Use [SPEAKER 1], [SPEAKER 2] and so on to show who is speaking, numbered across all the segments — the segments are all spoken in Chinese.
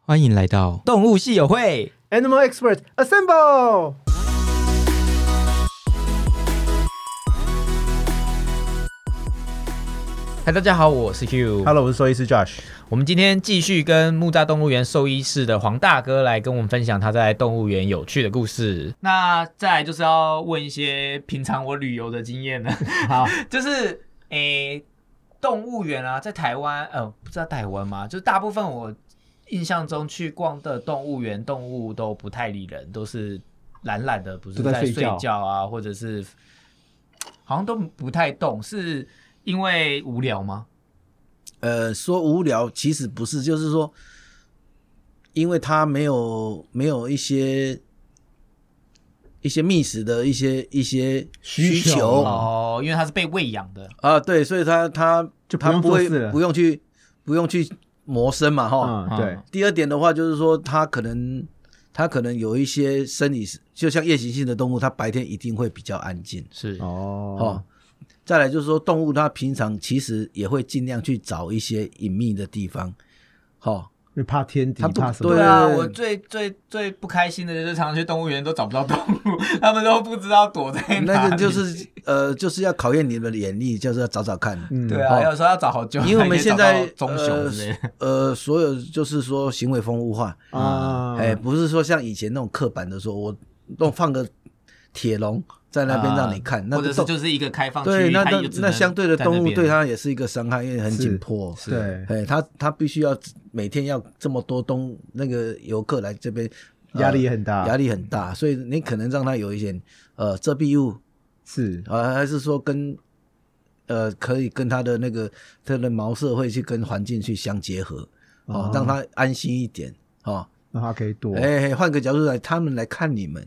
[SPEAKER 1] 欢迎来到动物系友会。
[SPEAKER 2] Animal Expert Assemble！
[SPEAKER 1] 嗨，大家好，我是 Q。
[SPEAKER 2] Hello，我是兽医师 Josh。
[SPEAKER 1] 我们今天继续跟木栅动物园兽医室的黄大哥来跟我们分享他在动物园有趣的故事。那再来就是要问一些平常我旅游的经验 了，
[SPEAKER 2] 好，
[SPEAKER 1] 就是诶、动物园啊，在台湾，呃，不知道台湾吗？就是大部分我印象中去逛的动物园，动物都不太理人，都是懒懒的，不是
[SPEAKER 2] 都在
[SPEAKER 1] 在
[SPEAKER 2] 睡
[SPEAKER 1] 睡
[SPEAKER 2] 觉
[SPEAKER 1] 觉啊，或者是好像都不太动，是因为无聊吗？
[SPEAKER 3] 呃，说无聊其实不是，就是说，因为它没有没有一些一些觅食的一些一些
[SPEAKER 2] 需
[SPEAKER 3] 需
[SPEAKER 2] 求
[SPEAKER 3] 求啊、
[SPEAKER 1] 哦，因为它是被喂养的，
[SPEAKER 3] 对，所以它它
[SPEAKER 2] 就不
[SPEAKER 3] 它
[SPEAKER 2] 用
[SPEAKER 3] 不
[SPEAKER 2] 做
[SPEAKER 3] 会
[SPEAKER 2] 事了
[SPEAKER 3] 不用去不用去磨生嘛哈。
[SPEAKER 1] 哦
[SPEAKER 2] 嗯，对，
[SPEAKER 3] 第二点的话就是说，它可能它可能有一些生理，就像夜行性的动物，它白天一定会比较安静
[SPEAKER 1] 是
[SPEAKER 2] 哦
[SPEAKER 3] 哦，。再来就是说，动物它平常其实也会尽量去找一些隐秘的地方，哦好、
[SPEAKER 2] 因为怕天敌，
[SPEAKER 3] 他不
[SPEAKER 2] 怕什么？
[SPEAKER 1] 对
[SPEAKER 3] 对
[SPEAKER 1] 啊，我最最最不开心的就是常常去动物园都找不到动物， 他们都不知道躲在哪
[SPEAKER 3] 那
[SPEAKER 1] 里。
[SPEAKER 3] 个就是呃，就是要考验你们的眼力，就是要找找看。
[SPEAKER 2] 嗯，
[SPEAKER 1] 对啊，
[SPEAKER 3] 嗯
[SPEAKER 1] 有时候要找好久，
[SPEAKER 3] 因为我们现在
[SPEAKER 1] 才可以找到棕熊之类的。
[SPEAKER 3] 呃，所有就是说行为风物化，
[SPEAKER 1] 嗯
[SPEAKER 2] 啊，
[SPEAKER 3] 哎、不是说像以前那种刻板的说，我弄放个铁笼在那边让你看，那
[SPEAKER 1] 啊或者
[SPEAKER 3] 个
[SPEAKER 1] 是
[SPEAKER 3] 动
[SPEAKER 1] 就是一个开放区域，
[SPEAKER 3] 对，那
[SPEAKER 1] 它
[SPEAKER 3] 那
[SPEAKER 1] 也只能
[SPEAKER 3] 那相对的
[SPEAKER 1] 在那
[SPEAKER 3] 动物
[SPEAKER 1] 边
[SPEAKER 3] 对它也是一个伤害，因为很
[SPEAKER 2] 是
[SPEAKER 3] 紧迫。
[SPEAKER 1] 是
[SPEAKER 2] 对，
[SPEAKER 3] 哎，它它必须要每天要这么多东那个游客来这边，
[SPEAKER 2] 嗯
[SPEAKER 3] 呃
[SPEAKER 2] 压力也很大，
[SPEAKER 3] 压力很大，所以你可能让它有一点呃遮蔽物，
[SPEAKER 2] 是
[SPEAKER 3] 啊，还是说跟呃，可以跟它的那个它的毛色会去跟环境去相结合，哦
[SPEAKER 1] 啊
[SPEAKER 2] 哦，
[SPEAKER 3] 让它安心一点，哦，
[SPEAKER 2] 让它可以躲。
[SPEAKER 3] 哎、换个角度来，他们来看你们，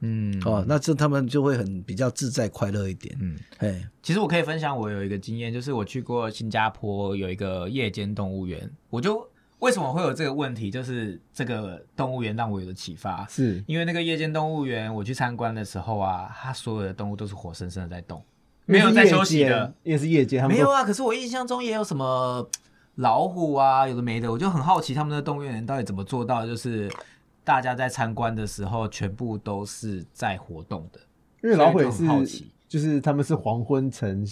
[SPEAKER 1] 嗯
[SPEAKER 3] 哦，那这他们就会很比较自在快乐一点，
[SPEAKER 1] 嗯，
[SPEAKER 3] 哎、
[SPEAKER 1] 其实我可以分享我有一个经验，就是我去过新加坡有一个夜间动物园，我就为什么会有这个问题，就是这个动物园让我有了启发，
[SPEAKER 2] 是
[SPEAKER 1] 因为那个夜间动物园我去参观的时候啊，它所有的动物都是活生生的在动，没有在休息的，，
[SPEAKER 2] 因为是夜间，他们
[SPEAKER 1] 没有
[SPEAKER 2] 都
[SPEAKER 1] 啊。可是我印象中也有什么老虎啊，有的没的，我就很好奇他们的动物园到底怎么做到，就是大家在参观的时候全部都是在活动的。
[SPEAKER 2] 因为老虎也
[SPEAKER 1] 所以就很好
[SPEAKER 2] 是
[SPEAKER 1] 奇，
[SPEAKER 2] 就是他们是黄昏晨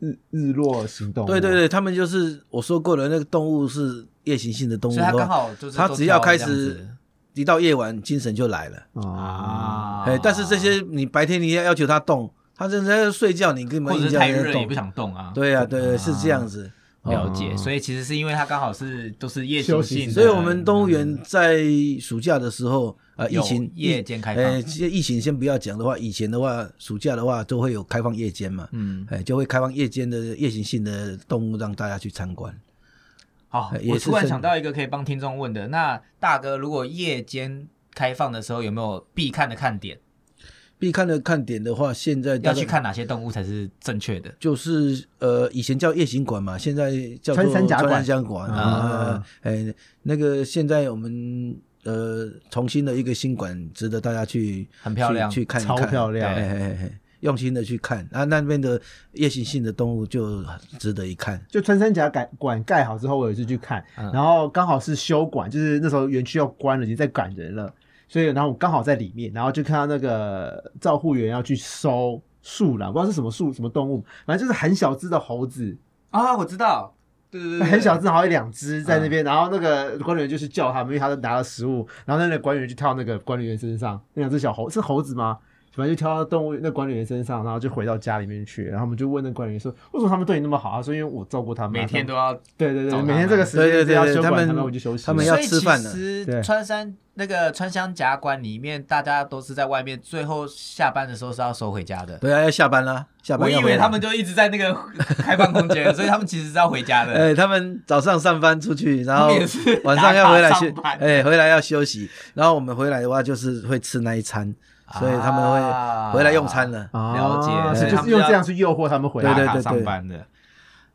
[SPEAKER 2] 日日落行动。
[SPEAKER 1] 哦
[SPEAKER 3] 对对，对，他们就是我说过的那个动物是夜行性的动物
[SPEAKER 1] 所以
[SPEAKER 3] 的
[SPEAKER 1] 它
[SPEAKER 3] 话，
[SPEAKER 1] 刚好就是
[SPEAKER 3] 它
[SPEAKER 1] 都
[SPEAKER 3] 只要
[SPEAKER 1] 挑
[SPEAKER 3] 开
[SPEAKER 1] 这样
[SPEAKER 3] 始
[SPEAKER 1] 子
[SPEAKER 3] 一到夜晚精神就来了，
[SPEAKER 2] 啊，
[SPEAKER 1] 啊，
[SPEAKER 3] 哎、但是这些你白天你要要求它动，它正在睡觉，你根
[SPEAKER 1] 或
[SPEAKER 3] 本
[SPEAKER 1] 者
[SPEAKER 3] 硬
[SPEAKER 1] 是
[SPEAKER 3] 叫它
[SPEAKER 1] 太热也
[SPEAKER 3] 动
[SPEAKER 1] 不，想啊动啊。
[SPEAKER 3] 对啊，对对，是这样子。哦
[SPEAKER 1] 了解，所以其实是因为它刚好是都是夜行
[SPEAKER 2] 休息
[SPEAKER 1] 性的，
[SPEAKER 2] 时
[SPEAKER 3] 所以，我们动物园在暑假的时候，呃，疫
[SPEAKER 1] 有
[SPEAKER 3] 情
[SPEAKER 1] 夜间开放
[SPEAKER 3] 呃，这疫情先不要讲的话，以前的话，暑假的话都会有开放夜间嘛，
[SPEAKER 1] 嗯，
[SPEAKER 3] 哎、就会开放夜间的夜行性的动物让大家去参观。
[SPEAKER 1] 好，
[SPEAKER 3] 呃也
[SPEAKER 1] 我
[SPEAKER 3] 是
[SPEAKER 1] 突然
[SPEAKER 3] 趁
[SPEAKER 1] 想到一个可以帮听众问的，那大哥，如果夜间开放的时候有没有必看的看点？
[SPEAKER 3] 必看的看点的话，现在
[SPEAKER 1] 要
[SPEAKER 3] 呃大概
[SPEAKER 1] 去看哪些动物才是正确的？
[SPEAKER 3] 就是呃，以前叫夜行馆嘛，现在叫做
[SPEAKER 2] 穿山甲馆
[SPEAKER 3] 穿山甲馆
[SPEAKER 2] 啊
[SPEAKER 3] 啊，哎、那个现在我们呃重新的一个新馆，值得大家去
[SPEAKER 1] 很漂亮
[SPEAKER 3] 去去看一
[SPEAKER 2] 超
[SPEAKER 3] 看，
[SPEAKER 2] 漂亮
[SPEAKER 3] 哎哎哎，用心的去看啊，那边的夜行性的动物就值得一看。
[SPEAKER 2] 就穿山甲改馆盖好之后，我有一次去看，
[SPEAKER 1] 嗯
[SPEAKER 2] 然后刚好是休馆，就是那时候园区要关了，已经在赶人了，所以然后我刚好在里面，然后就看到那个照护员要去收树懒，不知道是什么树什么动物，反正就是很小只的猴子，
[SPEAKER 1] 啊，我知道，对对对，
[SPEAKER 2] 很小只，好像一两只在那边，然后那个管理员就是叫他们，因为他拿了食物，然后那个管理员就跳那个管理员身上，那两只小猴是猴子吗？反正就跳到动物那管理员身上，然后就回到家里面去，然后我们就问那管理员说，为什么他们对你那么好？他说因为我照顾他们啊，
[SPEAKER 1] 每天
[SPEAKER 2] 他们
[SPEAKER 1] 都要。
[SPEAKER 2] 对对
[SPEAKER 1] 找
[SPEAKER 2] 对，
[SPEAKER 1] 他
[SPEAKER 2] 每天这个时间
[SPEAKER 3] 对对
[SPEAKER 2] 就是要
[SPEAKER 3] 对
[SPEAKER 2] 休
[SPEAKER 3] 他
[SPEAKER 2] 馆，
[SPEAKER 3] 们
[SPEAKER 2] 他们回去休息。
[SPEAKER 3] 他们要
[SPEAKER 1] 所以
[SPEAKER 3] 吃饭了
[SPEAKER 1] 其实
[SPEAKER 2] 对
[SPEAKER 1] 穿山那个穿山甲馆里面，大家都是在外面，最后下班的时候是要收回家的。
[SPEAKER 3] 对啊，要下班啦，下
[SPEAKER 1] 我
[SPEAKER 3] 班
[SPEAKER 1] 以
[SPEAKER 3] 要回
[SPEAKER 1] 为
[SPEAKER 3] 来
[SPEAKER 1] 他们就一直在那个 开放空间，所以他们其实是要回家的。
[SPEAKER 3] 哎，他们早上上班出去，然
[SPEAKER 1] 他
[SPEAKER 3] 后
[SPEAKER 1] 们也是
[SPEAKER 3] 晚上要回来
[SPEAKER 1] 打卡
[SPEAKER 3] 休
[SPEAKER 1] 上，班
[SPEAKER 3] 哎，回来要休息。然后我们回来的话，就是会吃那一餐，哎所以他们
[SPEAKER 1] 啊
[SPEAKER 3] 会回来用餐了。
[SPEAKER 2] 啊
[SPEAKER 1] 了解
[SPEAKER 2] 是
[SPEAKER 1] 对
[SPEAKER 2] 就
[SPEAKER 1] 他们
[SPEAKER 2] 是用
[SPEAKER 1] 要
[SPEAKER 2] 这样去诱惑他们回
[SPEAKER 3] 对
[SPEAKER 2] 来。
[SPEAKER 3] 对
[SPEAKER 1] 打卡上班的。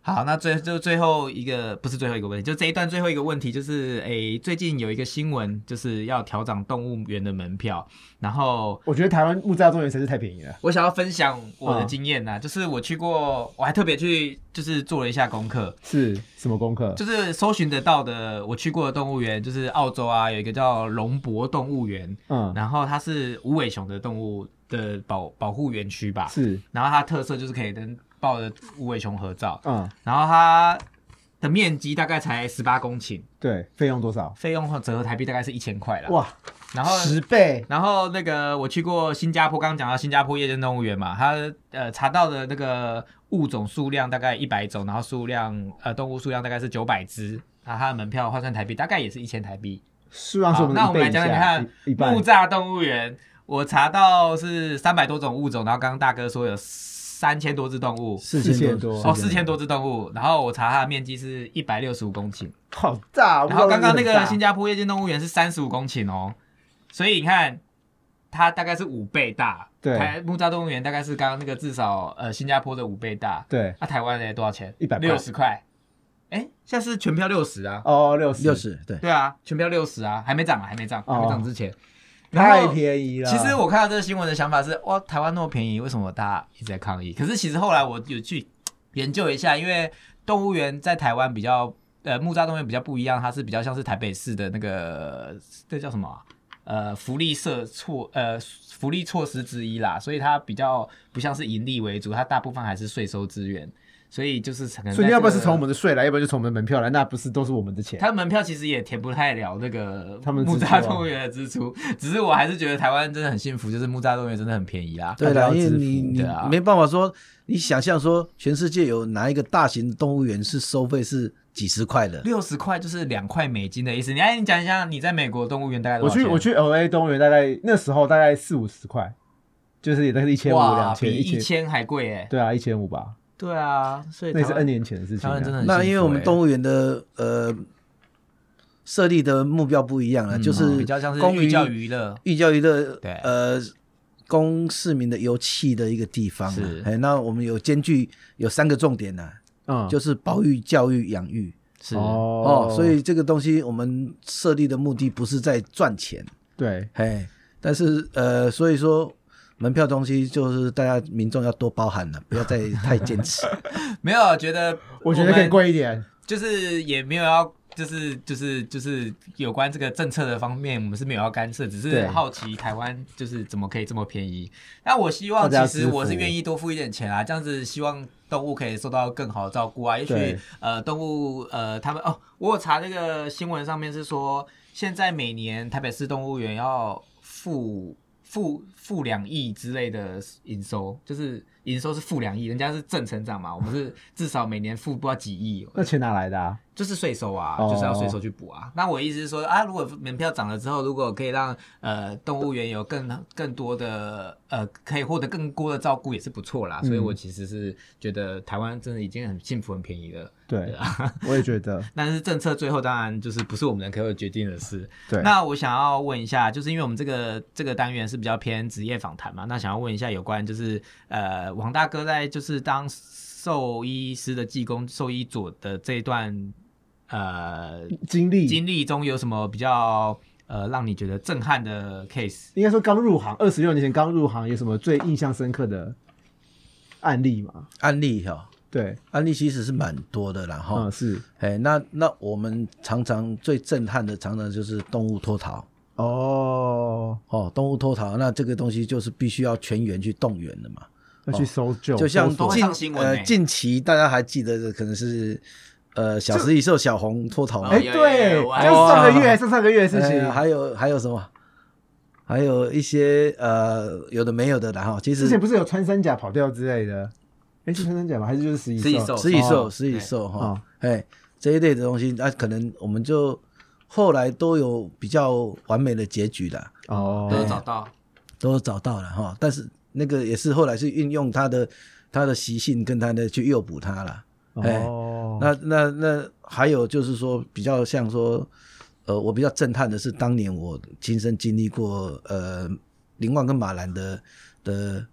[SPEAKER 1] 好，那最就最后一个不是最后一个问题，就这一段最后一个问题就是，诶、最近有一个新闻就是要调涨动物园的门票，然后
[SPEAKER 2] 我觉得台湾木栅动物园实在是太便宜了。
[SPEAKER 1] 我想要分享我
[SPEAKER 3] 嗯
[SPEAKER 1] 的经验呐、就是我去过，我还特别去就是做了一下功课，
[SPEAKER 2] 是什么功课？
[SPEAKER 1] 就是搜寻得到的我去过的动物园，就是澳洲啊有一个叫龙博动物园，
[SPEAKER 2] 嗯，
[SPEAKER 1] 然后它是无尾熊的动物的保保护园区吧，
[SPEAKER 2] 是，
[SPEAKER 1] 然后它特色就是可以跟抱着无尾熊合照，
[SPEAKER 2] 嗯，
[SPEAKER 1] 然后它的面积大概才十八公顷，
[SPEAKER 2] 对，费用多少？
[SPEAKER 1] 费用折合台币大概是一千块啦。
[SPEAKER 2] 哇，
[SPEAKER 1] 然后
[SPEAKER 2] 十倍，
[SPEAKER 1] 然后那个我去过新加坡，刚刚讲到新加坡夜间动物园嘛，它呃查到的那个物种数量大概一百种，然后数量呃动物数量大概是九百只，啊它的门票换算台币大概也是一千台币。
[SPEAKER 2] 数量是我
[SPEAKER 1] 好
[SPEAKER 2] 们
[SPEAKER 1] 那
[SPEAKER 2] 的
[SPEAKER 1] 我们
[SPEAKER 2] 一倍
[SPEAKER 1] 来
[SPEAKER 2] 以
[SPEAKER 1] 讲讲
[SPEAKER 2] 下，
[SPEAKER 1] 看
[SPEAKER 2] 一一半
[SPEAKER 1] 木。栅动物园，我查到是三百多种物种，然后刚刚大哥说有三千多只动物。
[SPEAKER 3] 四
[SPEAKER 2] 千
[SPEAKER 3] 千
[SPEAKER 2] 多
[SPEAKER 1] 哦，四千多只动物，然后我查它的面积是一百六十五公顷，
[SPEAKER 2] 好大！
[SPEAKER 1] 然
[SPEAKER 2] 我不知道
[SPEAKER 1] 后刚刚那
[SPEAKER 2] 很
[SPEAKER 1] 个
[SPEAKER 2] 大
[SPEAKER 1] 新加坡夜间动物园是三十五公顷哦，所以你看它大概是五倍大。
[SPEAKER 2] 对
[SPEAKER 1] 台木栅动物园大概是刚刚那个至少呃新加坡的五倍大。啊
[SPEAKER 2] 对
[SPEAKER 1] 那、台湾的多少钱？
[SPEAKER 2] 100块
[SPEAKER 1] 六十块。哎，现在是全票六十啊。
[SPEAKER 2] 哦，六十
[SPEAKER 3] 六，十对，
[SPEAKER 1] 对啊，全票六十啊，还没涨啊，还没涨，
[SPEAKER 2] 哦
[SPEAKER 1] 还没涨之前。然后
[SPEAKER 2] 太便宜了。
[SPEAKER 1] 其实我看到这个新闻的想法是，哇，台湾那么便宜，为什么大家一直在抗议？可是其实后来我有去研究一下，因为动物园在台湾比较，呃，木栅动物园比较不一样，它是比较像是台北市的那个，这叫什么啊、呃，福利社措，呃，福利措施之一啦，所以它比较不像是盈利为主，它大部分还是税收资源，所以就是可能、
[SPEAKER 2] 所以要不是从我们的税来，要不然就从我们的门票来，那不是都是我们的钱？
[SPEAKER 1] 他门票其实也填不太了那个
[SPEAKER 2] 他们的
[SPEAKER 1] 木
[SPEAKER 2] 支出
[SPEAKER 1] 栅
[SPEAKER 2] 啊
[SPEAKER 1] 动物园的支出，只是我还是觉得台湾真的很幸福，就是木栅动物园真的很便宜啦。
[SPEAKER 3] 对
[SPEAKER 2] 大家
[SPEAKER 3] 啦，
[SPEAKER 2] 要
[SPEAKER 3] 因为
[SPEAKER 2] 支
[SPEAKER 3] 你
[SPEAKER 2] 付
[SPEAKER 3] 你
[SPEAKER 1] 对啊
[SPEAKER 3] 没办法说，你想象说全世界有哪一个大型动物园是收费是几十块的？
[SPEAKER 1] 六十块就是两块美金的意思。你哎，你讲一下你在美国动物园大概多
[SPEAKER 2] 我
[SPEAKER 1] 少钱啊
[SPEAKER 2] 去我去 L A 动物园，大概那时候大概四五十块，就是也大概一千五、
[SPEAKER 1] 哇，
[SPEAKER 2] 两
[SPEAKER 1] 比
[SPEAKER 2] 千、
[SPEAKER 1] 一
[SPEAKER 2] 千，
[SPEAKER 1] 千还贵哎。
[SPEAKER 2] 对啊，一千五吧，
[SPEAKER 1] 对啊，所以
[SPEAKER 2] 那也是
[SPEAKER 1] 台湾
[SPEAKER 2] N 年前的事情
[SPEAKER 1] 台
[SPEAKER 2] 啊
[SPEAKER 1] 湾。真的很
[SPEAKER 3] 那因为我们动
[SPEAKER 1] 物
[SPEAKER 3] 物园的呃设立的目标不一样了，就是
[SPEAKER 1] 嗯比较像是
[SPEAKER 3] 供
[SPEAKER 1] 寓
[SPEAKER 3] 于
[SPEAKER 1] 教于乐，
[SPEAKER 3] 寓教于乐
[SPEAKER 1] 对，
[SPEAKER 3] 呃，供市民的油气的一个地方、啊。
[SPEAKER 1] 是
[SPEAKER 3] 哎，那我们有兼具有三个重点呢、
[SPEAKER 1] 哦
[SPEAKER 2] 嗯，
[SPEAKER 3] 就是保育、教育、养育。
[SPEAKER 1] 是
[SPEAKER 2] 哦
[SPEAKER 3] 哦，所以这个东西我们设立的目的不是在赚钱，
[SPEAKER 2] 对
[SPEAKER 3] 嘿，但是呃，所以说门票东西就是大家民众要多包 涵了，不要再太坚持。
[SPEAKER 1] 没有觉得
[SPEAKER 2] 我觉得可以
[SPEAKER 1] 们
[SPEAKER 2] 贵一点。
[SPEAKER 1] 就是也没有要，就是就是就是有关这个政策的方面，我们是没有要干涉，只是
[SPEAKER 2] 对
[SPEAKER 1] 好奇台湾就是怎么可以这么便宜。那我希
[SPEAKER 2] 大
[SPEAKER 1] 望其
[SPEAKER 2] 家要
[SPEAKER 1] 实
[SPEAKER 2] 支付
[SPEAKER 1] 我是愿意多付一点钱啊，这样子希望动物可以受到更好的照顾啊。也许
[SPEAKER 2] 对
[SPEAKER 1] 呃动物呃他们哦，我有查那个新闻上面是说，现在每年台北市动物园要付。负负两亿之类的营收，就是营收是负两亿，人家是正成长嘛，我们是至少每年付不知道几亿，哦
[SPEAKER 2] 那钱哪来的啊？
[SPEAKER 1] 就是税收啊，
[SPEAKER 2] 哦
[SPEAKER 1] 就是要税收去补啊。那我意思是说啊，如果门票涨了之后，如果可以让呃动物园有更更多的呃可以获得更多的照顾，也是不错啦。
[SPEAKER 2] 嗯
[SPEAKER 1] 所以我其实是觉得台湾真的已经很幸福、很便宜了。
[SPEAKER 2] 对
[SPEAKER 1] 啊，
[SPEAKER 2] 我也觉得，
[SPEAKER 1] 但是政策最后当然就是不是我们能可以决定的事。
[SPEAKER 2] 对，
[SPEAKER 1] 那我想要问一下，就是因为我们这个这个单元是比较偏职业访谈嘛，那想要问一下有关就是呃，王大哥在就是当兽医师的技工、兽医佐的这一段呃
[SPEAKER 2] 经历
[SPEAKER 1] 经历中，有什么比较呃让你觉得震撼的 case？
[SPEAKER 2] 应该说刚入行，二十六年前刚入行，有什么最印象深刻的案例吗？
[SPEAKER 3] 案例哈、
[SPEAKER 2] 对，
[SPEAKER 3] 案例其实是蛮多的啦
[SPEAKER 1] 哦
[SPEAKER 3] 哈
[SPEAKER 2] 嗯，。是
[SPEAKER 3] 哎、那那我们常常最震撼的，常常就是动物脱逃
[SPEAKER 2] 哦，
[SPEAKER 3] 哦，动物脱逃，那这个东西就是必须要全员去动员的嘛。
[SPEAKER 2] 要
[SPEAKER 1] 哦
[SPEAKER 2] 去搜救，
[SPEAKER 3] 就像
[SPEAKER 2] 搜
[SPEAKER 1] 都
[SPEAKER 2] 索
[SPEAKER 1] 会上新
[SPEAKER 3] 近
[SPEAKER 1] 闻欸
[SPEAKER 3] 呃近期大家还记得的，可能是呃小时一兽小红脱逃嘛，
[SPEAKER 2] 哎，
[SPEAKER 1] 哦有有有哎
[SPEAKER 2] 对，
[SPEAKER 1] 我
[SPEAKER 2] 就是上个
[SPEAKER 3] 还
[SPEAKER 2] 月上上个月的事情
[SPEAKER 3] 呃，还有还有什么？还有一些呃有的没有的啦哈，其
[SPEAKER 2] 之
[SPEAKER 3] 实
[SPEAKER 2] 前不是有穿山甲跑掉之类的？哎，是穿山甲吗？还是就是食蚁
[SPEAKER 1] 食蚁兽
[SPEAKER 3] 食蚁兽
[SPEAKER 2] 哦
[SPEAKER 3] 食蚁兽
[SPEAKER 2] 哦
[SPEAKER 3] 哈，哎这一类的东西，那可能我们就后来都有比较完美的结局啦，
[SPEAKER 2] 哦，
[SPEAKER 1] 都有找到，
[SPEAKER 3] 都找到了哈，但是那个也是后来是运用它的它的习性跟它的去诱捕它啦。哎
[SPEAKER 2] 哦，
[SPEAKER 3] 那那那还有就是说，比较像说，呃，我比较震撼的是，当年我亲身经历过，呃，林旺跟马兰的的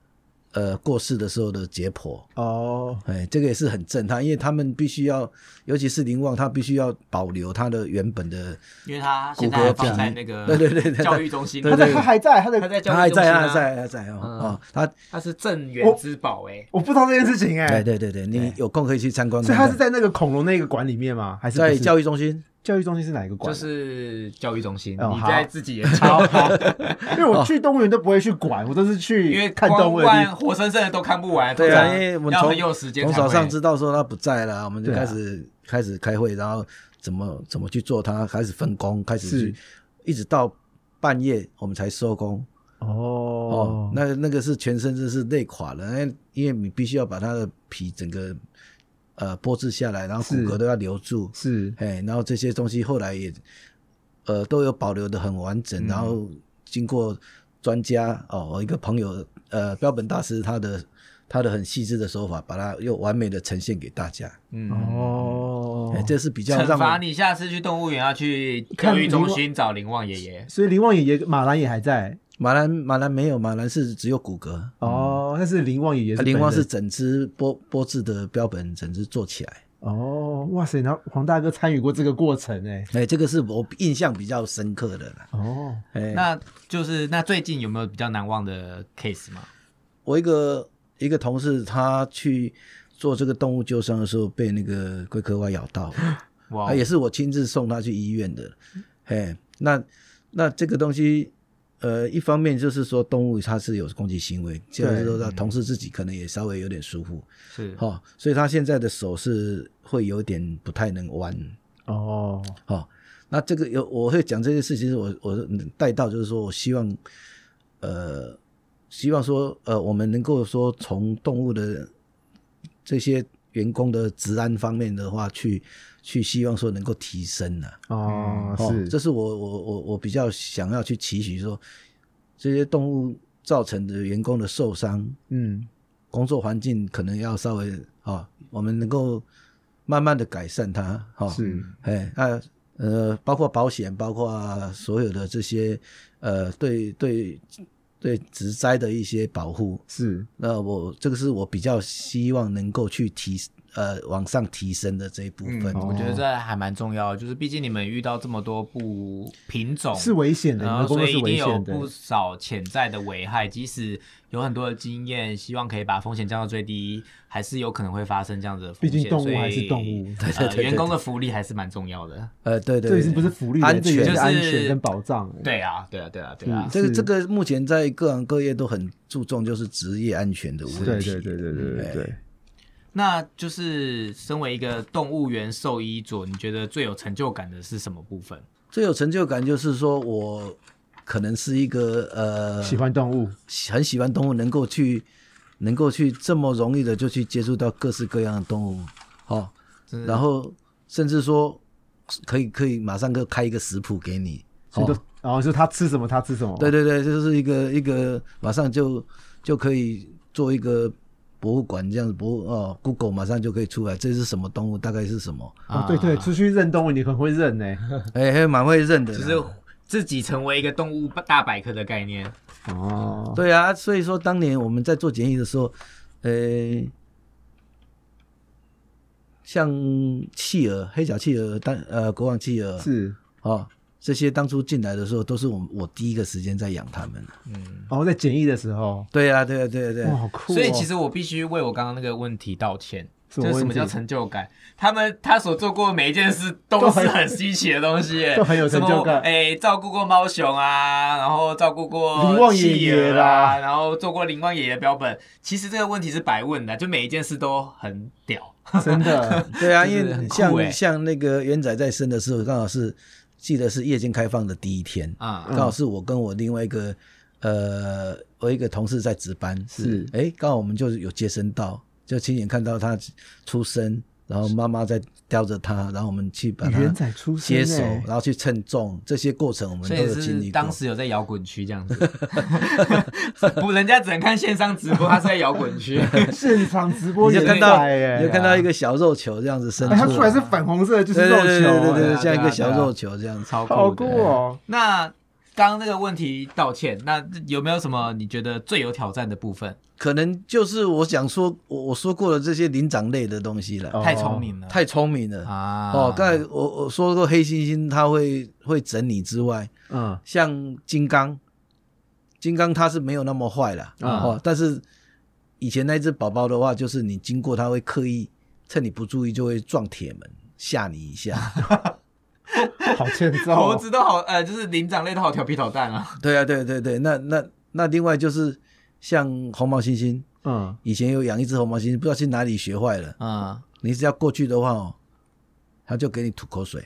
[SPEAKER 3] 呃过世的时候的解剖。
[SPEAKER 2] 哦，
[SPEAKER 3] 哎，这个也是很震撼，因为他们必须要，尤其是林旺，他必须要保留他的原本的，
[SPEAKER 1] 因为他
[SPEAKER 3] 骨
[SPEAKER 1] 现在
[SPEAKER 3] 骼
[SPEAKER 1] 放在
[SPEAKER 3] 记忆
[SPEAKER 1] 那个
[SPEAKER 3] 对对对对对
[SPEAKER 1] 教育中心，
[SPEAKER 3] 对
[SPEAKER 2] 他
[SPEAKER 3] 对
[SPEAKER 2] 在
[SPEAKER 3] 对
[SPEAKER 2] 他还在，他
[SPEAKER 1] 他
[SPEAKER 2] 在，
[SPEAKER 1] 在教
[SPEAKER 3] 他还
[SPEAKER 1] 育中
[SPEAKER 3] 在，
[SPEAKER 1] 心
[SPEAKER 3] 他
[SPEAKER 1] 啊
[SPEAKER 3] 还在，他还在哦
[SPEAKER 1] 嗯
[SPEAKER 3] 哦，他，
[SPEAKER 1] 他是镇元之宝哎，
[SPEAKER 2] 我不知道这件事情哎、
[SPEAKER 3] 对对对对，你有空可以去参观
[SPEAKER 2] 所
[SPEAKER 3] 看
[SPEAKER 2] 以他
[SPEAKER 3] 看。
[SPEAKER 2] 是在那个恐龙那个馆里面吗？还是不
[SPEAKER 3] 在
[SPEAKER 2] 是
[SPEAKER 3] 教育中心，
[SPEAKER 2] 教育中心是哪一个馆
[SPEAKER 1] 就
[SPEAKER 2] 啊？
[SPEAKER 1] 是教育中心，
[SPEAKER 2] 哦
[SPEAKER 1] 你
[SPEAKER 2] 好
[SPEAKER 1] 在自己也超，
[SPEAKER 2] 因为
[SPEAKER 3] 哦
[SPEAKER 2] 我去动物园都不会去管，我都是去
[SPEAKER 1] 因为
[SPEAKER 2] 看动物的地
[SPEAKER 1] 万
[SPEAKER 2] 方。
[SPEAKER 1] 活生生的都看不完，
[SPEAKER 3] 对
[SPEAKER 1] 通
[SPEAKER 3] 啊，
[SPEAKER 1] 常
[SPEAKER 3] 因为我们
[SPEAKER 1] 要
[SPEAKER 3] 从
[SPEAKER 1] 很有时间
[SPEAKER 3] 从
[SPEAKER 1] 才会
[SPEAKER 3] 早上知道说他不在了，我们就
[SPEAKER 2] 对啊
[SPEAKER 3] 开始开始开会，然后怎么怎么去做他，开始分工，开始去，一直到半夜我们才收工。
[SPEAKER 2] 哦
[SPEAKER 3] 哦，，那那个是全身真是累垮了，因为因为你必须要把它的皮整个呃剥制下来，然后骨
[SPEAKER 2] 是
[SPEAKER 3] 骼都要留住，
[SPEAKER 2] 是
[SPEAKER 3] 哎，然后这些东西后来也呃都有保留的很完整，
[SPEAKER 2] 嗯
[SPEAKER 3] 然后经过专家哦，我一个朋友呃标本大师他的他的很细致的手法，把它又完美的呈现给大家，
[SPEAKER 1] 嗯。
[SPEAKER 2] 哦
[SPEAKER 3] 哎，，这是比较
[SPEAKER 1] 惩
[SPEAKER 3] 让
[SPEAKER 1] 罚
[SPEAKER 3] 我
[SPEAKER 1] 你下次去动物园要去
[SPEAKER 2] 看
[SPEAKER 1] 教育中
[SPEAKER 2] 林旺
[SPEAKER 1] 心找林旺爷爷。
[SPEAKER 2] 所以林旺爷爷马兰也还在
[SPEAKER 3] 马兰马兰没有马兰是只有骨骼，啊
[SPEAKER 2] 哦，但是林旺爷爷
[SPEAKER 3] 林
[SPEAKER 2] 本
[SPEAKER 3] 旺是
[SPEAKER 2] 人
[SPEAKER 3] 整只剥剥制的标本整只做起来。
[SPEAKER 2] 哦，哇塞，然后黄大哥参与过这个过程哎，
[SPEAKER 3] 哎，这个是我印象比较深刻的啦。
[SPEAKER 2] 哦，
[SPEAKER 3] 哎，
[SPEAKER 1] 那就是那最近有没有比较难忘的 case 吗？
[SPEAKER 3] 我一个一个同事，他去做这个动物救伤的时候，被那个龟壳蛙咬到，
[SPEAKER 1] 哇
[SPEAKER 3] 啊，也是我亲自送他去医院的。哎，那那这个东西，呃，一方面就是说动物它是有攻击行为，就是说他同事自己可能也稍微有点疏忽，
[SPEAKER 1] 是
[SPEAKER 3] 哦，所以他现在的手是会有点不太能弯，
[SPEAKER 2] 哦，
[SPEAKER 3] 哦，那这个有我会讲这些事情，是我我带到就是说我希望，呃，希望说呃，我们能够说从动物的这些员工的治安方面的话，去去希望说能够提升呢、
[SPEAKER 2] 哦，
[SPEAKER 3] 哦，
[SPEAKER 2] 是，
[SPEAKER 3] 这是我我我我比较想要去期许说，这些动物造成的员工的受伤，
[SPEAKER 2] 嗯，
[SPEAKER 3] 工作环境可能要稍微啊、哦，我们能够慢慢的改善它，哈、哦，
[SPEAKER 2] 是，
[SPEAKER 3] 哎，那呃，包括保险，包括所有的这些呃，对对对植栽的一些保护，
[SPEAKER 2] 是，
[SPEAKER 3] 那我这个是我比较希望能够去提呃往上提升的这一部分。哦
[SPEAKER 1] 嗯，我觉得这还蛮重要的，就是毕竟你们遇到这么多不品种，
[SPEAKER 2] 是危险的，你
[SPEAKER 1] 哦然
[SPEAKER 2] 们
[SPEAKER 1] 后
[SPEAKER 2] 工
[SPEAKER 1] 所
[SPEAKER 2] 作
[SPEAKER 1] 以
[SPEAKER 2] 是
[SPEAKER 1] 一定
[SPEAKER 2] 危
[SPEAKER 1] 有
[SPEAKER 2] 险的，
[SPEAKER 1] 不少潜在的危害，即使有很多的经验，希望可以把风险降到最低，还是有可能会发生这样子的风
[SPEAKER 2] 毕
[SPEAKER 1] 险。
[SPEAKER 2] 竟动
[SPEAKER 1] 所
[SPEAKER 2] 物
[SPEAKER 1] 以
[SPEAKER 2] 还是动 物，
[SPEAKER 3] 对对对
[SPEAKER 1] 呃，
[SPEAKER 3] 对
[SPEAKER 1] 员工的福利还是蛮重要的。
[SPEAKER 3] 呃，对对
[SPEAKER 2] 这
[SPEAKER 3] 对，
[SPEAKER 2] 已经不是福利了，
[SPEAKER 3] 安
[SPEAKER 2] 这也
[SPEAKER 3] 全
[SPEAKER 2] 是
[SPEAKER 1] 就是
[SPEAKER 2] 安全跟保障，哎
[SPEAKER 1] 对啊，对啊，对啊，对啊
[SPEAKER 2] 嗯，
[SPEAKER 3] 这个
[SPEAKER 2] 是
[SPEAKER 3] 这个目前在各行各业都很注重就是职业安全的
[SPEAKER 2] 对
[SPEAKER 3] 问题。
[SPEAKER 2] 对对对对
[SPEAKER 3] 嗯
[SPEAKER 2] 对对。
[SPEAKER 1] 那就是身为一个动物园兽医佐，你觉得最有成就感的是什么部分？
[SPEAKER 3] 最有成就感就是说我可能是一个呃
[SPEAKER 2] 喜欢动物，
[SPEAKER 3] 很喜欢动物，能够去能够去这么容易的就去接触到各式各样的动物，哦，
[SPEAKER 1] 真的
[SPEAKER 3] 然后甚至说可以可以马上就开一个食谱给你，
[SPEAKER 2] 所以都
[SPEAKER 3] 哦，，
[SPEAKER 2] 然后就他吃什么，他吃什么，
[SPEAKER 3] 对对对，就是一个一个马上就就可以做一个博物馆这样子，博物哦，Google 马上就可以出来，这是什么动物，大概是什么，
[SPEAKER 2] 哦，对对，
[SPEAKER 1] 啊
[SPEAKER 2] 出去认动物你很会认呢、
[SPEAKER 3] 哎，还蛮会认的啦，
[SPEAKER 1] 就是自己成为一个动物大百科的概念。
[SPEAKER 2] 哦，
[SPEAKER 3] 对啊，所以说当年我们在做检疫的时候，呃，像企鹅、黑脚企鹅、当呃国王企鹅
[SPEAKER 2] 是，
[SPEAKER 3] 哦，这些当初进来的时候，都是我们我第一个时间在养它们。
[SPEAKER 1] 嗯，
[SPEAKER 2] 然后哦在检疫的时候，
[SPEAKER 3] 对啊，对啊，对啊，对
[SPEAKER 2] 哇，
[SPEAKER 3] 啊，
[SPEAKER 2] 好酷、哦！
[SPEAKER 1] 所以其实我必须为我刚刚那个问题道歉。
[SPEAKER 2] 什
[SPEAKER 1] 就
[SPEAKER 2] 么
[SPEAKER 1] 是什
[SPEAKER 2] 问
[SPEAKER 1] 么
[SPEAKER 2] 题
[SPEAKER 1] 叫成就感？他们他所做过的每一件事都是很稀奇的东西耶，
[SPEAKER 2] 都很有成就感
[SPEAKER 1] 什么哎，照顾过猫熊啊，然后照顾过
[SPEAKER 2] 林旺爷
[SPEAKER 1] 企
[SPEAKER 2] 爷
[SPEAKER 1] 鹅啊
[SPEAKER 2] 啦
[SPEAKER 1] 然后做过林旺爷爷标本。其实这个问题是白问的，就每一件事都很屌。
[SPEAKER 2] 真的
[SPEAKER 3] 对啊，
[SPEAKER 1] 就是
[SPEAKER 3] 因
[SPEAKER 1] 很
[SPEAKER 3] 为
[SPEAKER 1] 酷欸
[SPEAKER 3] 像、像那个元仔在生的时候，刚好是记得是夜间开放的第一天，
[SPEAKER 1] 啊、
[SPEAKER 2] 嗯
[SPEAKER 3] 刚好是我跟我另外一个呃，我一个同事在值班，
[SPEAKER 2] 是
[SPEAKER 3] 哎，刚好我们就是有接生到，就亲眼看到他出生，然后妈妈在叼着他，然后我们去把
[SPEAKER 2] 元
[SPEAKER 3] 他
[SPEAKER 2] 仔出生
[SPEAKER 3] 接手，
[SPEAKER 2] 欸
[SPEAKER 3] 然后去称重，这些过程我们
[SPEAKER 1] 所
[SPEAKER 3] 都
[SPEAKER 1] 以
[SPEAKER 3] 有经历
[SPEAKER 1] 是
[SPEAKER 3] 过。
[SPEAKER 1] 当时有在摇滚区这样子， 不，人家只能看线上直播，他是在摇滚 区。
[SPEAKER 2] 现场直播
[SPEAKER 3] 你就
[SPEAKER 2] 也
[SPEAKER 3] 看到，
[SPEAKER 2] 在耶
[SPEAKER 3] 你就看到一个小肉球这样子伸
[SPEAKER 2] 哎它
[SPEAKER 3] 出
[SPEAKER 2] 出来是粉红色的，就是
[SPEAKER 3] 对
[SPEAKER 2] 肉球、
[SPEAKER 3] 对对对对
[SPEAKER 2] 哎
[SPEAKER 3] 对
[SPEAKER 1] 对
[SPEAKER 3] 对，
[SPEAKER 1] 啊
[SPEAKER 3] 像一
[SPEAKER 1] 对啊
[SPEAKER 3] 个小
[SPEAKER 1] 对啊
[SPEAKER 3] 肉球这样子。
[SPEAKER 1] 超
[SPEAKER 2] 好
[SPEAKER 1] 酷
[SPEAKER 2] 酷
[SPEAKER 1] 的。
[SPEAKER 2] 哦！
[SPEAKER 1] 那刚刚刚那个问题道歉，那有没有什么你觉得最有挑战的部分？
[SPEAKER 3] 可能就是我想说，我我说过的这些灵长类的东西了，
[SPEAKER 2] 哦
[SPEAKER 1] 太聪明了，
[SPEAKER 3] 太聪明了。
[SPEAKER 1] 啊！
[SPEAKER 3] 哦，刚才我我说过黑猩猩它会会整你之外，
[SPEAKER 2] 嗯，
[SPEAKER 3] 像金刚，金刚它是没有那么坏啦。
[SPEAKER 2] 嗯
[SPEAKER 3] 哦，但是以前那只宝宝的话，就是你经过它会刻意趁你不注意就会撞铁门吓你一下。
[SPEAKER 2] 好欠揍
[SPEAKER 1] 猴
[SPEAKER 2] 哦。
[SPEAKER 1] 子都好，呃，就是灵长类都好调皮捣蛋 啊。
[SPEAKER 3] 对啊，对对对，那那那另外就是像红毛猩猩，
[SPEAKER 2] 嗯，
[SPEAKER 3] 以前有养一只红毛猩猩，不知道去哪里学坏了，
[SPEAKER 1] 嗯，
[SPEAKER 3] 你只要过去的话哦，它就给你吐口水。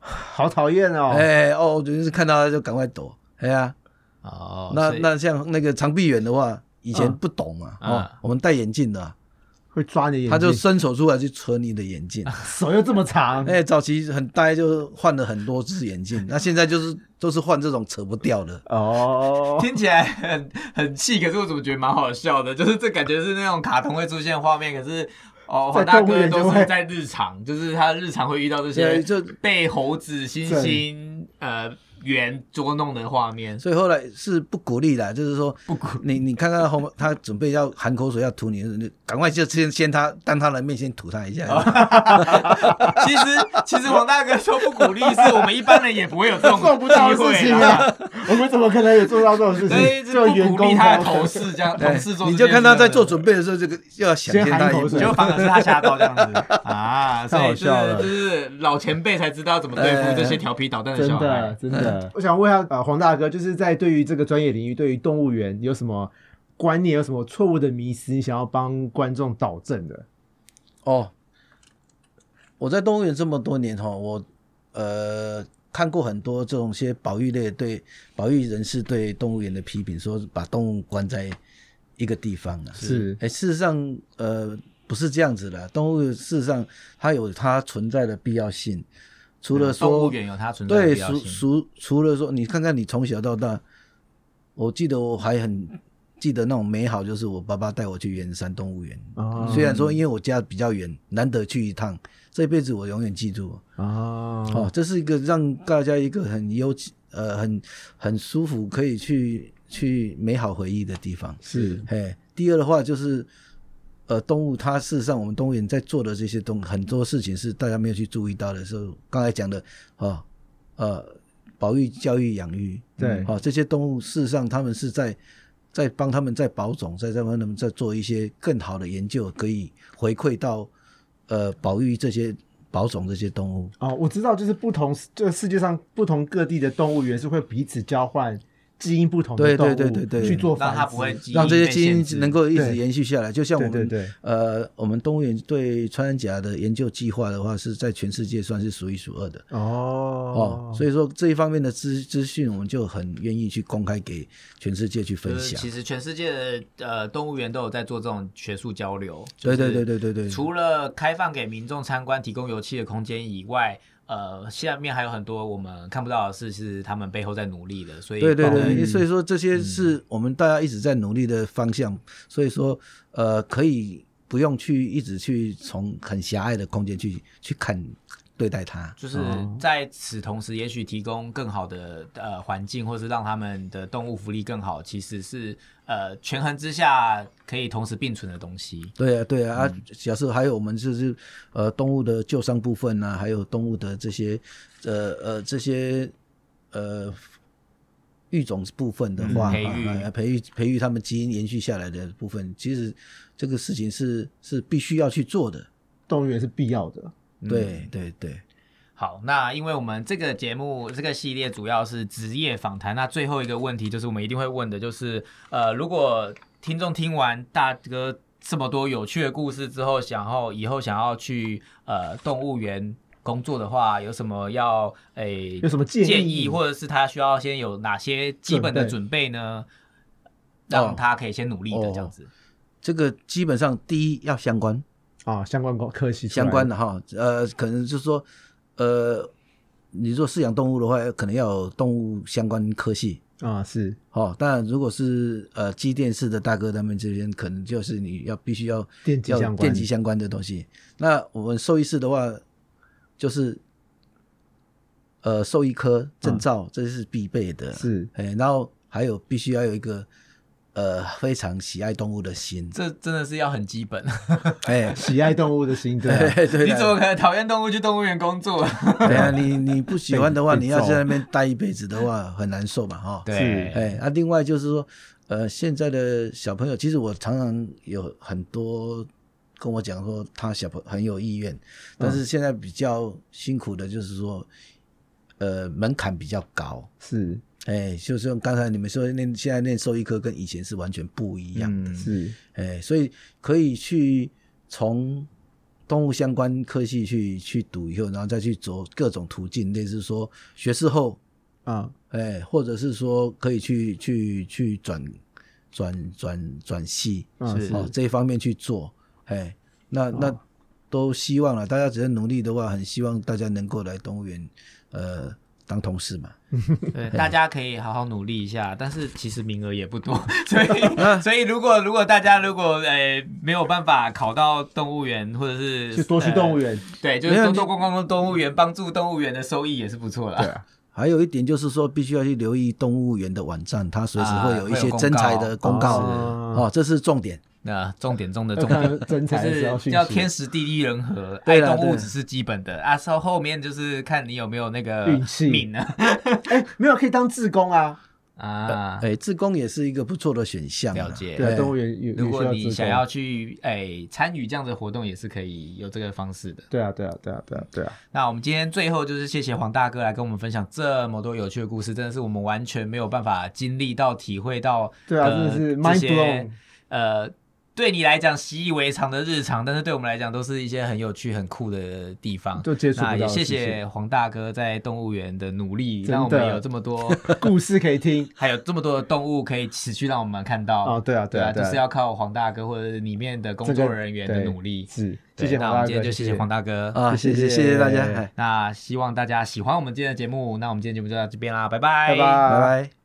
[SPEAKER 2] 好讨厌哦。
[SPEAKER 3] 哎哦，我就是看到它就赶快躲。哎呀、
[SPEAKER 1] 哦
[SPEAKER 3] 那
[SPEAKER 1] 所以
[SPEAKER 3] 那像那个长臂猿的话，以前
[SPEAKER 2] 嗯
[SPEAKER 3] 不懂嘛，
[SPEAKER 1] 嗯
[SPEAKER 3] 哦，我们戴眼镜的啊、
[SPEAKER 2] 会抓你的眼睛，
[SPEAKER 3] 他就伸手出来去扯你的眼镜。啊
[SPEAKER 2] 手又这么长，
[SPEAKER 3] 哎、早期很呆，就换了很多只眼镜，那现在就是都是换这种扯不掉的。
[SPEAKER 2] 哦，
[SPEAKER 1] 听起来很很气，可是我怎么觉得蛮好笑的？就是这感觉是那种卡通会出现的画面，可是哦，
[SPEAKER 2] 在
[SPEAKER 1] 黄大
[SPEAKER 2] 动物
[SPEAKER 1] 哥
[SPEAKER 2] 园就
[SPEAKER 1] 都
[SPEAKER 2] 会
[SPEAKER 1] 是在日常，就是他日常会遇到这些
[SPEAKER 3] 对，就
[SPEAKER 1] 被猴子、猩猩、呃猿捉弄的画面。
[SPEAKER 3] 所以后来是不鼓励啦，就是说不鼓你你看看后他准备要含口水要吐你，你赶快就先先他当他的面先吐他一下。
[SPEAKER 1] 其实其实黄大哥说不鼓励，是我们一般人也不会有这种
[SPEAKER 2] 做不到的
[SPEAKER 1] 机会
[SPEAKER 2] 事情
[SPEAKER 1] 啦
[SPEAKER 2] 啊！我们怎么可能有做到这种事
[SPEAKER 1] 所以
[SPEAKER 2] 情？
[SPEAKER 1] 就
[SPEAKER 2] 就员
[SPEAKER 1] 不鼓
[SPEAKER 2] 工
[SPEAKER 1] 励他的
[SPEAKER 2] 才有
[SPEAKER 1] 同事这样，
[SPEAKER 3] 哎
[SPEAKER 1] 同事做，
[SPEAKER 3] 你就看他在做
[SPEAKER 1] 备。
[SPEAKER 3] 准备的时候，这个就要想
[SPEAKER 2] 先
[SPEAKER 3] 先他
[SPEAKER 2] 含口
[SPEAKER 3] 一步
[SPEAKER 2] 水。
[SPEAKER 1] 就反而是他吓到这样子 啊，所以就是
[SPEAKER 2] 太好笑了
[SPEAKER 1] 就是老前辈才知道怎么对付这些调皮捣蛋的
[SPEAKER 2] 真
[SPEAKER 1] 小
[SPEAKER 2] 的
[SPEAKER 1] 孩。
[SPEAKER 2] 真的。我想问一下，呃，黄大哥，就是在对于这个专业领域，对于动物园有什么观念，有什么错误的迷思，你想要帮观众导正的？
[SPEAKER 3] 哦，我在动物园这么多年哈，我呃看过很多这种些保育类对保育人士对动物园的批评，说把动物关在一个地方啊。
[SPEAKER 2] 是
[SPEAKER 3] 哎，事实上呃不是这样子的，动物事实上它有它存在的必要性，除了
[SPEAKER 1] 嗯
[SPEAKER 3] 说、
[SPEAKER 1] 动物园有它存在的
[SPEAKER 3] 对，
[SPEAKER 1] 必要
[SPEAKER 3] 除
[SPEAKER 1] 性。
[SPEAKER 3] 除除了说，你看看你从小到大，我记得我还很记得那种美好，就是我爸爸带我去圆山动物园。
[SPEAKER 2] 哦
[SPEAKER 3] 虽然说因为我家比较远，难得去一趟，这辈子我永远记住。
[SPEAKER 2] 哦，
[SPEAKER 3] 哦，这是一个让大家一个很悠呃很很舒服，可以去去美好回忆的地方。
[SPEAKER 2] 是
[SPEAKER 3] 嘿，第二的话就是，呃，动物它事实上我们动物园在做的这些东很多事情是大家没有去注意到的时候，刚才讲的啊、呃，保育、教育、养育，
[SPEAKER 2] 对
[SPEAKER 3] 好、这些动物事实上他们是在在帮他们在保种，在在帮他们在做一些更好的研究，可以回馈到呃保育这些保种这些动物。
[SPEAKER 2] 哦，我知道，就是不同，就是世界上不同各地的动物园是会彼此交换基因不同的
[SPEAKER 3] 对
[SPEAKER 2] 动物，
[SPEAKER 3] 对对对对
[SPEAKER 2] 去做
[SPEAKER 1] 让
[SPEAKER 2] 繁殖，
[SPEAKER 1] 它不会基因
[SPEAKER 3] 让这些
[SPEAKER 1] 被
[SPEAKER 3] 基
[SPEAKER 1] 限
[SPEAKER 3] 因
[SPEAKER 1] 制
[SPEAKER 3] 能够一直
[SPEAKER 2] 对
[SPEAKER 3] 延续下来。就像我们
[SPEAKER 2] 对对对
[SPEAKER 3] 呃，我们动物园对穿山甲的研究计划的话，是在全世界算是数一数二的
[SPEAKER 2] 哦
[SPEAKER 3] 哦。所以说这一方面的资资讯，我们就很愿意去公开给全世界去分
[SPEAKER 1] 就是
[SPEAKER 3] 享
[SPEAKER 1] 其。实全世界的呃动物园都有在做这种学术交流，
[SPEAKER 3] 对对对
[SPEAKER 1] 对。
[SPEAKER 3] 对对对，
[SPEAKER 1] 除了开放给民众参观、提供油漆的空间以外，呃，下面还有很多我们看不到的事，是他们背后在努力的。所以，
[SPEAKER 3] 对对
[SPEAKER 1] 我们
[SPEAKER 3] 对，所以说这些是我们大家一直在努力的方向。所以说呃，可以不用去一直去从很狭隘的空间去去看对待它。
[SPEAKER 1] 就是
[SPEAKER 2] 哦
[SPEAKER 1] 在此同时，也许提供更好的呃环境，或是让他们的动物福利更好，其实是呃权衡之下可以同时并存的东西。
[SPEAKER 3] 对啊，对啊，啊，
[SPEAKER 1] 嗯
[SPEAKER 3] 假设还有我们就是呃动物的救伤部分啊，还有动物的这些呃呃这些呃育种部分的话，
[SPEAKER 1] 嗯培育
[SPEAKER 3] 啊培育培育他们基因延续下来的部分，其实这个事情是是必须要去做的。
[SPEAKER 2] 动物园是必要的。
[SPEAKER 1] 嗯
[SPEAKER 3] 对对对，
[SPEAKER 1] 好，那因为我们这个节目这个系列主要是职业访谈，那最后一个问题就是我们一定会问的，就是呃，如果听众听完大哥这么多有趣的故事之后，想要以后想要去呃动物园工作的话，有什么要诶、
[SPEAKER 2] 有什么建议
[SPEAKER 1] 或者是他需要先有哪些基本的准备呢？让他可以先努力的
[SPEAKER 3] 哦
[SPEAKER 1] 这样子。，
[SPEAKER 3] 这个基本上第一要相关
[SPEAKER 2] 啊，相关科系出来
[SPEAKER 3] 相关的哈，呃，可能就是说呃，你做饲养动物的话，可能要有动物相关科系。
[SPEAKER 2] 啊，是
[SPEAKER 3] 哦，当然，如果是呃机电式的大哥他们这边，可能就是你要必须要
[SPEAKER 2] 电机
[SPEAKER 3] 要
[SPEAKER 2] 相关
[SPEAKER 3] 电机相关的东西。那我们兽医师的话，就是呃兽医科证照，这是必备的。
[SPEAKER 2] 嗯是，
[SPEAKER 3] 哎，然后还有必须要有一个呃非常喜爱动物的心
[SPEAKER 1] 这真的是要很基本。
[SPEAKER 3] 哎，
[SPEAKER 2] 喜爱动物的心，对啊，
[SPEAKER 3] 对对
[SPEAKER 1] 你
[SPEAKER 3] 的
[SPEAKER 1] 怎么可能讨厌动物去动物园工作？
[SPEAKER 3] 对啊，你你不喜欢的话，
[SPEAKER 2] 被被
[SPEAKER 3] 你要在那边待一辈子的话，很难受嘛，哈。
[SPEAKER 1] 对，
[SPEAKER 3] 哎，那、另外就是说，呃，现在的小朋友，其实我常常有很多跟我讲说，他小朋很有意愿，但是现在比较辛苦的就是说，呃，门槛比较高。
[SPEAKER 2] 是
[SPEAKER 3] 哎，就是用刚才你们说那现在念兽医科跟以前是完全不一样。
[SPEAKER 1] 嗯，
[SPEAKER 2] 是，
[SPEAKER 3] 哎，所以可以去从动物相关科系去去读以后，然后再去走各种途径，类似说学士后，
[SPEAKER 2] 啊，
[SPEAKER 3] 哎，或者是说可以去去去转转转转系
[SPEAKER 2] 嗯
[SPEAKER 1] 啊是啊
[SPEAKER 3] 哦这一方面去做，哎，那那都希望了，大家只要努力的话，很希望大家能够来动物园，呃，当同事嘛。
[SPEAKER 1] 对，大家可以好好努力一下，但是其实名额也不 多，所
[SPEAKER 3] 嗯
[SPEAKER 1] 以所以如果如果大家如果呃没有办法考到动物园，或者是
[SPEAKER 2] 就多去动物
[SPEAKER 1] 园，
[SPEAKER 2] 园，
[SPEAKER 1] 对，就
[SPEAKER 3] 没
[SPEAKER 1] 是
[SPEAKER 3] 有
[SPEAKER 1] 多
[SPEAKER 3] 你
[SPEAKER 1] 多逛逛动物园，帮助动物园的收益也是不错啦。
[SPEAKER 3] 还有一点就是说，必须要去留意动物园的网站，它随时会有一
[SPEAKER 1] 啊会有
[SPEAKER 3] 些
[SPEAKER 1] 公告啊
[SPEAKER 3] 征才的公告，
[SPEAKER 2] 哦
[SPEAKER 3] 哦，这是重点。
[SPEAKER 1] 那重点中的
[SPEAKER 2] 要
[SPEAKER 1] 重
[SPEAKER 2] 看
[SPEAKER 1] 点。
[SPEAKER 2] 真
[SPEAKER 1] 就
[SPEAKER 2] 才的时候
[SPEAKER 1] 是
[SPEAKER 2] 讯
[SPEAKER 1] 要
[SPEAKER 2] 息
[SPEAKER 1] 天时地利人和，爱
[SPEAKER 3] 对啦
[SPEAKER 1] 动物
[SPEAKER 3] 对
[SPEAKER 1] 只是基本的啊，稍后面就是看你有没有那个
[SPEAKER 2] 运气
[SPEAKER 1] 命 啊
[SPEAKER 2] 哎，没有可以当志工啊，
[SPEAKER 1] 啊。
[SPEAKER 3] 哎，志工也是一个不错的选项啊。
[SPEAKER 1] 了解
[SPEAKER 2] 对啊，
[SPEAKER 3] 哎
[SPEAKER 2] 动物园有
[SPEAKER 1] 如果
[SPEAKER 2] 有需
[SPEAKER 1] 你
[SPEAKER 2] 要志
[SPEAKER 1] 想
[SPEAKER 2] 工
[SPEAKER 1] 要去哎参与这样的活动，也是可以有这个方式的。
[SPEAKER 2] 对啊，对啊，对啊，对啊，对啊，
[SPEAKER 1] 那我们今天最后就是谢谢黄大哥来跟我们分享这么多有趣的故事，真的是我们完全没有办法经历到、体会到。
[SPEAKER 2] 对啊，真
[SPEAKER 1] 呃
[SPEAKER 2] 的是
[SPEAKER 1] 这
[SPEAKER 2] mind
[SPEAKER 1] 些
[SPEAKER 2] blown，
[SPEAKER 1] 呃，对你来讲习以为常的日常，但是对我们来讲都是一些很有趣、很酷的地方。
[SPEAKER 2] 就接触不
[SPEAKER 1] 啊那
[SPEAKER 2] 到
[SPEAKER 1] 也
[SPEAKER 2] 的
[SPEAKER 1] 谢
[SPEAKER 2] 事
[SPEAKER 1] 谢
[SPEAKER 2] 情，
[SPEAKER 1] 黄大哥在动物园的努力，
[SPEAKER 2] 真的
[SPEAKER 1] 让我们有这么多，
[SPEAKER 2] 故事可以听
[SPEAKER 1] 还有这么多的动物可以持续让我们看到。
[SPEAKER 2] 哦，对啊，
[SPEAKER 1] 对
[SPEAKER 2] 啊，对
[SPEAKER 1] 就
[SPEAKER 2] 啊
[SPEAKER 1] 是要靠黄大哥或者是里面的工
[SPEAKER 2] 这
[SPEAKER 1] 作
[SPEAKER 2] 个
[SPEAKER 1] 人员的
[SPEAKER 2] 对
[SPEAKER 1] 努力。
[SPEAKER 2] 是，
[SPEAKER 1] 对
[SPEAKER 2] 谢谢
[SPEAKER 1] 那
[SPEAKER 2] 黄
[SPEAKER 1] 我
[SPEAKER 2] 大
[SPEAKER 1] 们
[SPEAKER 2] 哥，
[SPEAKER 1] 今天就谢谢黄大哥。
[SPEAKER 3] 啊，谢谢谢谢大家，哎
[SPEAKER 1] 那希望大家喜欢我们今天的节目，那我们今天节目就到这边啦，拜拜，
[SPEAKER 2] 拜拜
[SPEAKER 3] 拜拜。